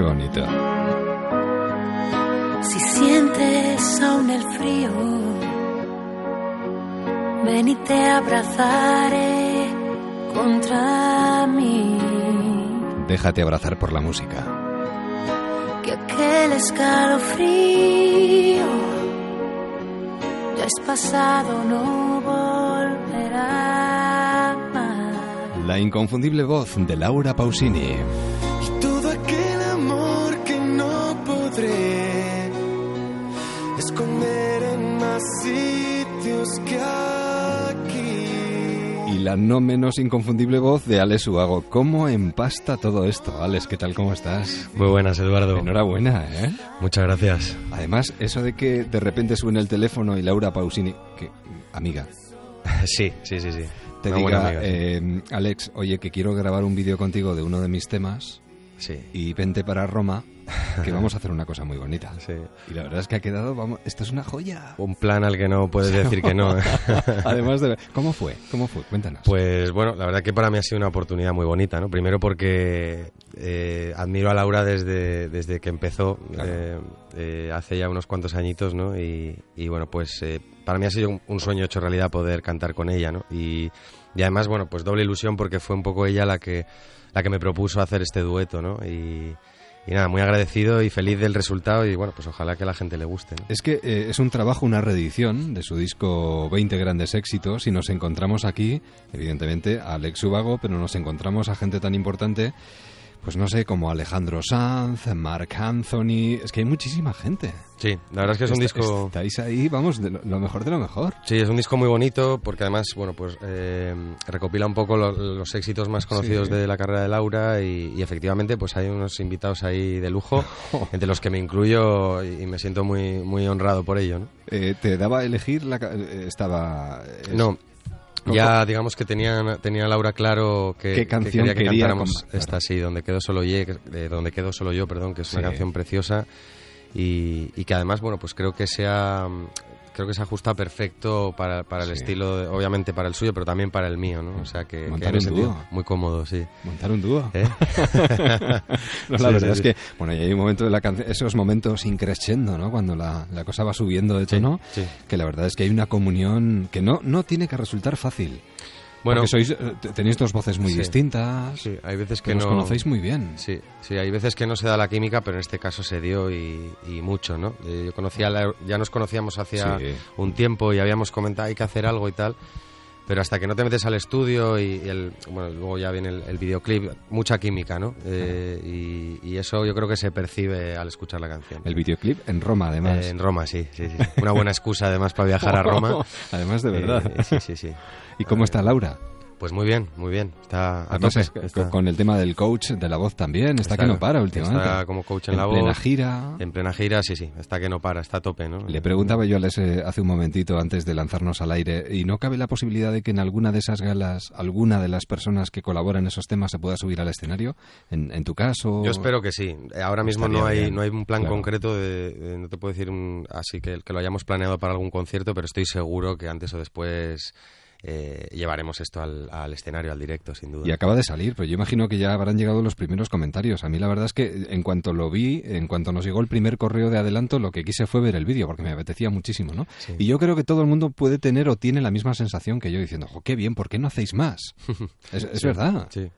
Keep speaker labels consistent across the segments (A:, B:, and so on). A: bonito.
B: Si sientes aún el frío, ven y te abrazaré contra mí.
A: Déjate abrazar por la música.
B: Que aquel escalofrío ya es pasado, no volverá más.
A: La inconfundible voz de Laura Pausini.
C: y todo aquel amor que no podré esconder en más sitios que aquí.
A: Y la no menos inconfundible voz de Alex Ubago. ¿Cómo empasta todo esto? Alex, ¿qué tal? ¿Cómo estás?
D: Muy buenas, Eduardo.
A: Enhorabuena, ¿eh?
D: Muchas gracias.
A: Además, eso de que de repente suene el teléfono y Laura Pausini, que amiga,
D: Sí, sí, sí, sí.
A: te
D: Una buena
A: diga,
D: amiga, sí.
A: eh, Alex, oye, que quiero grabar un vídeo contigo de uno de mis temas
D: sí.
A: y vente para Roma, que vamos a hacer una cosa muy bonita.
D: Sí.
A: Y la verdad es que ha quedado, vamos, esto es una joya.
D: Un plan al que no puedes decir que no. ¿eh?
A: Además de... ¿Cómo fue? ¿Cómo fue? Cuéntanos.
D: Pues bueno, la verdad que para mí ha sido una oportunidad muy bonita, ¿no? Primero porque eh, admiro a Laura desde, desde que empezó,
A: Claro.
D: eh, eh, hace ya unos cuantos añitos, ¿no? Y, y, bueno, pues eh, para mí ha sido un, un sueño hecho realidad poder cantar con ella, ¿no? Y, y además, bueno, pues doble ilusión porque fue un poco ella la que, la que me propuso hacer este dueto, ¿no? Y, y nada, muy agradecido y feliz del resultado y bueno, pues ojalá que a la gente le guste, ¿no?
A: Es que eh, es un trabajo, una reedición de su disco 20 grandes éxitos y nos encontramos aquí, evidentemente, a Alex Ubago, pero nos encontramos a gente tan importante, pues no sé, como Alejandro Sanz, Mark Anthony, es que hay muchísima gente.
D: Sí, la verdad es que es un
A: Está-
D: disco...
A: Estáis ahí, vamos, de lo, lo mejor de lo mejor.
D: Sí, es un disco muy bonito porque además, bueno, pues eh, recopila un poco lo- los éxitos más conocidos
A: Sí.
D: de la carrera de Laura y, y efectivamente pues hay unos invitados ahí de lujo, entre los que me incluyo y, y me siento muy, muy honrado por ello, ¿no?
A: Eh, ¿Te daba a elegir? La, ca- eh, estaba... eh,
D: No,
A: ¿Cómo?
D: ya digamos que tenía, tenía Laura claro que,
A: ¿Qué
D: que
A: canción
D: quería que
A: quería
D: cantáramos
A: con-
D: esta, sí, donde quedó solo yo, donde quedó solo yo, perdón, que es una
A: Sí.
D: canción preciosa y, y que además, bueno, pues creo que sea creo que se ajusta perfecto para, para el
A: Sí.
D: estilo, de- obviamente para el suyo, pero también para el mío, ¿no? O sea que, que
A: Montar
D: en
A: un
D: ese sentido,
A: dúo.
D: muy cómodo, sí.
A: Montar un dúo.
D: ¿Eh?
A: No, la
D: Sí,
A: verdad
D: sí,
A: es
D: sí.
A: que, bueno, y hay un momento de la canción, esos momentos increciendo, ¿no? Cuando la, la cosa va subiendo de tono,
D: sí.
A: que la verdad es que hay una comunión que no, no tiene que resultar fácil.
D: Bueno,
A: porque sois, eh, te- tenéis dos voces muy
D: Sí.
A: distintas,
D: sí, hay veces
A: que
D: que
A: nos
D: no
A: conocéis muy bien.
D: Sí, sí, hay veces que no se da la química, pero en este caso se dio y, y mucho, ¿no? Eh, Yo conocía, a la- ya nos conocíamos hacía
A: Sí.
D: un tiempo y habíamos comentado hay que hacer algo y tal, pero hasta que no te metes al estudio y, y el, bueno, luego ya viene el, el videoclip, mucha química, ¿no? Eh, y, y eso yo creo que se percibe al escuchar la canción.
A: El videoclip en Roma, además.
D: Eh, en Roma, sí, sí, sí. Una buena excusa además para viajar a Roma.
A: además, de
D: Eh,
A: verdad.
D: sí, sí, sí.
A: ¿Y cómo está Laura?
D: Pues muy bien, muy bien. Está a
A: Además,
D: tope,
A: es que-
D: está-
A: con el tema del coach, de la voz también, está, que no para últimamente.
D: Está como coach en, la voz.
A: plena gira.
D: En plena gira, sí, sí, está que no para, está a tope, ¿no?
A: Le preguntaba yo a Les eh, hace un momentito antes de lanzarnos al aire, ¿y no cabe la posibilidad de que en alguna de esas galas alguna de las personas que colaboran en esos temas se pueda subir al escenario? En, en tu caso.
D: Yo espero que sí. Eh, Ahora mismo
A: Estaría
D: no hay,
A: bien,
D: no hay un plan
A: claro.
D: concreto, de, de- no te puedo decir un- así que, que lo hayamos planeado para algún concierto, pero estoy seguro que antes o después eh, llevaremos esto al, al escenario, al directo, sin duda.
A: Y acaba de salir, pero yo imagino que ya habrán llegado los primeros comentarios. A mí la verdad es que en cuanto lo vi, en cuanto nos llegó el primer correo de adelanto, lo que quise fue ver el vídeo porque me apetecía muchísimo, ¿no?
D: Sí.
A: Y yo creo que todo el mundo puede tener o tiene la misma sensación que yo diciendo, "Jo, qué bien, ¿por qué no hacéis más?" Es, es verdad.
D: Sí.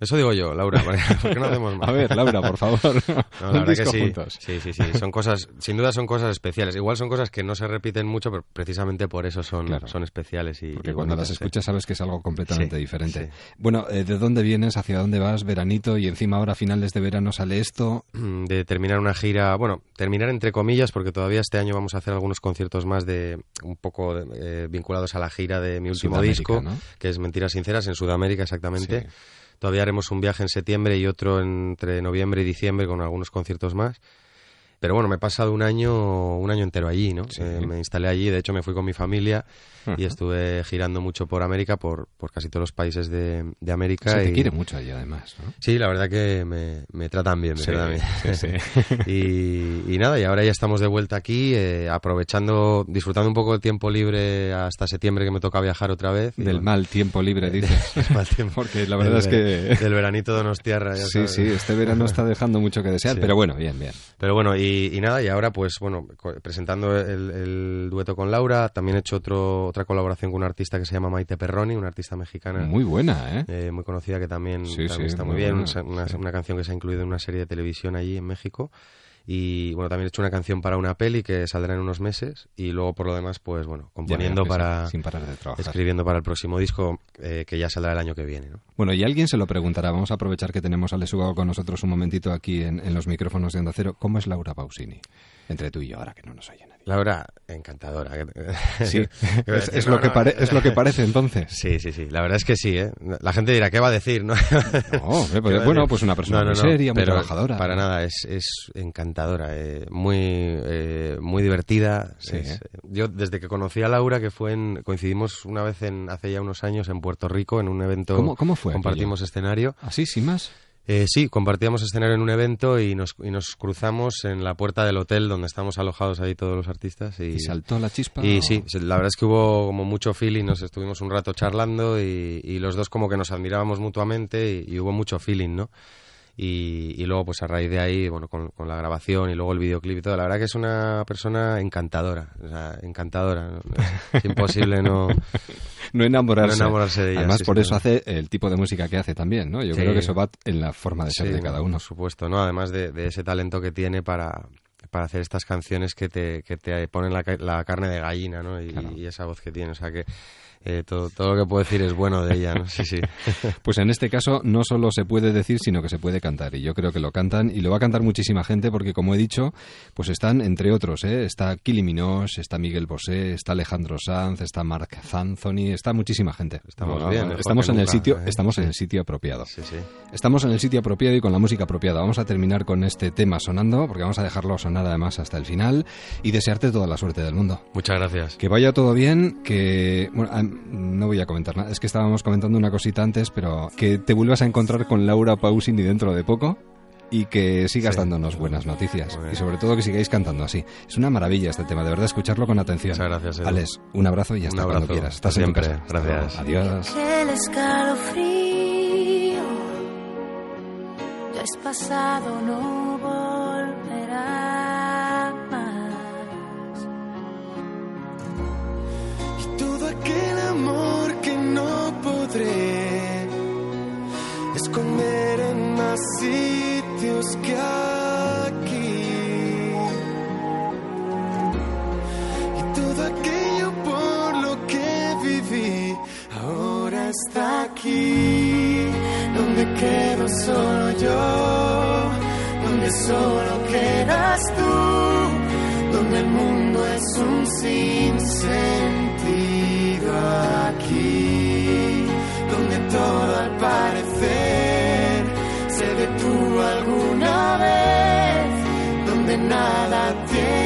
D: Eso digo yo, Laura, ¿por qué no hacemos más?
A: A ver, Laura, por favor.
D: No,
A: un
D: la verdad que
A: disco
D: sí.
A: juntos.
D: Sí, sí, sí. Son cosas, sin duda son cosas especiales. Igual son cosas que no se repiten mucho, pero precisamente por eso son,
A: Claro.
D: son especiales. Y,
A: Porque
D: y
A: cuando las
D: bonitas, ¿eh?
A: escuchas sabes que es algo completamente
D: Sí,
A: diferente.
D: sí.
A: Bueno, eh, ¿de dónde vienes? ¿Hacia dónde vas? Veranito y encima ahora a finales de verano sale esto.
D: mm, de terminar una gira, bueno, terminar entre comillas, porque todavía este año vamos a hacer algunos conciertos más de un poco eh, vinculados a la gira de mi último
A: Sudamérica,
D: disco,
A: ¿no?
D: que es Mentiras Sinceras, en Sudamérica exactamente.
A: Sí.
D: Todavía haremos un viaje en septiembre y otro entre noviembre y diciembre con algunos conciertos más. Pero bueno, me he pasado un año, un año entero allí, ¿no?
A: Sí.
D: Eh, me instalé allí, de hecho me fui con mi familia
A: Ajá.
D: y estuve girando mucho por América, por, por casi todos los países de, de América.
A: Se te
D: y-
A: quiere mucho allí, además. ¿no?
D: Sí, la verdad que me, me tratan bien, me tratan bien.
A: sí,
D: y, y nada, y ahora ya estamos de vuelta aquí, eh, aprovechando, disfrutando un poco el tiempo libre hasta septiembre que me toca viajar otra vez. Y
A: Del
D: bueno,
A: mal tiempo libre, dices.
D: del mal tiempo.
A: Porque la verdad es que...
D: Del veranito donostiarra. ya
A: Sí,
D: sabes.
A: sí, este verano está dejando mucho que desear,
D: Sí.
A: pero bueno, bien, bien.
D: Pero bueno, y, y nada, y ahora pues bueno, co- presentando el, el dueto con Laura, también he hecho otro, otra colaboración con un artista que se llama Maite Perroni, una artista mexicana
A: Muy buena, ¿eh?
D: eh, muy conocida que también,
A: Sí,
D: también
A: sí,
D: está muy,
A: muy
D: bien,
A: buena,
D: una, una-
A: sí.
D: una canción que se ha incluido en una serie de televisión allí en México. Y bueno, también he hecho una canción para una peli que saldrá en unos meses y luego por lo demás, pues bueno,
A: Ya veo
D: componiendo
A: que
D: para...
A: sí, Sin parar de trabajar.
D: Escribiendo para el próximo disco eh, que ya saldrá el año que viene. ¿no?
A: Bueno, y alguien se lo preguntará. Vamos a aprovechar que tenemos a Lesubago con nosotros un momentito aquí en, en los micrófonos de Onda Cero. ¿Cómo es Laura Pausini? Entre tú y yo, ahora que no nos oye nadie.
D: Laura, encantadora.
A: Sí,
D: Iba a
A: es,
D: decir,
A: es
D: no,
A: lo que
D: no,
A: pare- es lo que parece entonces.
D: Sí, sí, sí. La verdad es que sí, ¿eh? La gente dirá, ¿qué va a decir? No,
A: No, hombre,
D: ¿Qué va
A: pues,
D: a
A: bueno,
D: decir?
A: pues una persona
D: No, no,
A: muy
D: no,
A: seria, muy
D: pero
A: trabajadora.
D: Para nada, es, es encantadora, eh, muy, eh, muy divertida.
A: Sí,
D: es-
A: ¿eh?
D: Yo, desde que conocí a Laura, que fue en, coincidimos una vez en, hace ya unos años en Puerto Rico, en un evento.
A: ¿Cómo- cómo fue
D: Compartimos escenario.
A: Así, sin más.
D: Eh, sí, compartíamos escenario en un evento y nos, y nos cruzamos en la puerta del hotel donde estamos alojados ahí todos los artistas.
A: Y saltó la chispa.
D: Y
A: ¿o?
D: sí, se- la verdad es que hubo como mucho feeling, nos estuvimos un rato charlando y, y los dos como que nos admirábamos mutuamente y, y hubo mucho feeling, ¿no? Y, y luego pues a raíz de ahí, bueno, con, con la grabación y luego el videoclip y todo, la verdad que es una persona encantadora, o sea, encantadora, ¿no? es imposible no...
A: No enamorarse.
D: No enamorarse de ella,
A: Además,
D: sí,
A: por
D: sí,
A: eso
D: no.
A: hace el tipo de música que hace también, ¿no? Yo
D: Sí.
A: creo que eso va en la forma de ser
D: Sí,
A: de cada
D: no,
A: uno.
D: Por supuesto, ¿no? Además de, de ese talento que tiene para, para hacer estas canciones que te, que te ponen la, ca- la carne de gallina, ¿no? Y,
A: Claro.
D: y esa voz que tiene, o sea que eh, todo, todo lo que puedo decir es bueno de ella, ¿no? Sí, sí.
A: Pues en este caso no solo se puede decir, sino que se puede cantar. Y yo creo que lo cantan y lo va a cantar muchísima gente porque, como he dicho, pues están, entre otros, ¿eh? está Kili Minogue, está Miguel Bosé, está Alejandro Sanz, está Mark Anthony, está muchísima gente.
D: Estamos
A: Bueno,
D: bien, mejor
A: estamos
D: que
A: en el
D: nunca,
A: sitio,
D: ¿eh?
A: estamos en el sitio apropiado.
D: Sí, sí.
A: Estamos en el sitio apropiado y con la música apropiada. Vamos a terminar con este tema sonando porque vamos a dejarlo sonar además hasta el final y desearte toda la suerte del mundo.
D: Muchas gracias.
A: Que vaya todo bien, que... Bueno, ah, no voy a comentar nada, es que estábamos comentando una cosita antes, pero que te vuelvas a encontrar con Laura Pausini dentro de poco y que sigas
D: Sí.
A: dándonos buenas noticias.
D: Muy bien.
A: Y sobre todo que sigáis cantando así. Es una maravilla este tema, de verdad, escucharlo con atención.
D: Muchas gracias, Edu.
A: Alex, un abrazo y
D: Un
A: hasta cuando
D: abrazo,
A: quieras. Estás
D: siempre.
A: en tu casa. Hasta
D: Gracias.
A: luego. Adiós.
B: Que el escalofrío ya es pasado, no volverá más.
C: y todo aquel amor que no podré esconder en más sitios que aquí. Y todo aquello por lo que viví ahora está aquí, donde quedo solo yo, donde solo quedas tú, donde el mundo es un sinsentido aquí, donde todo al parecer se detuvo alguna vez, donde nada tiene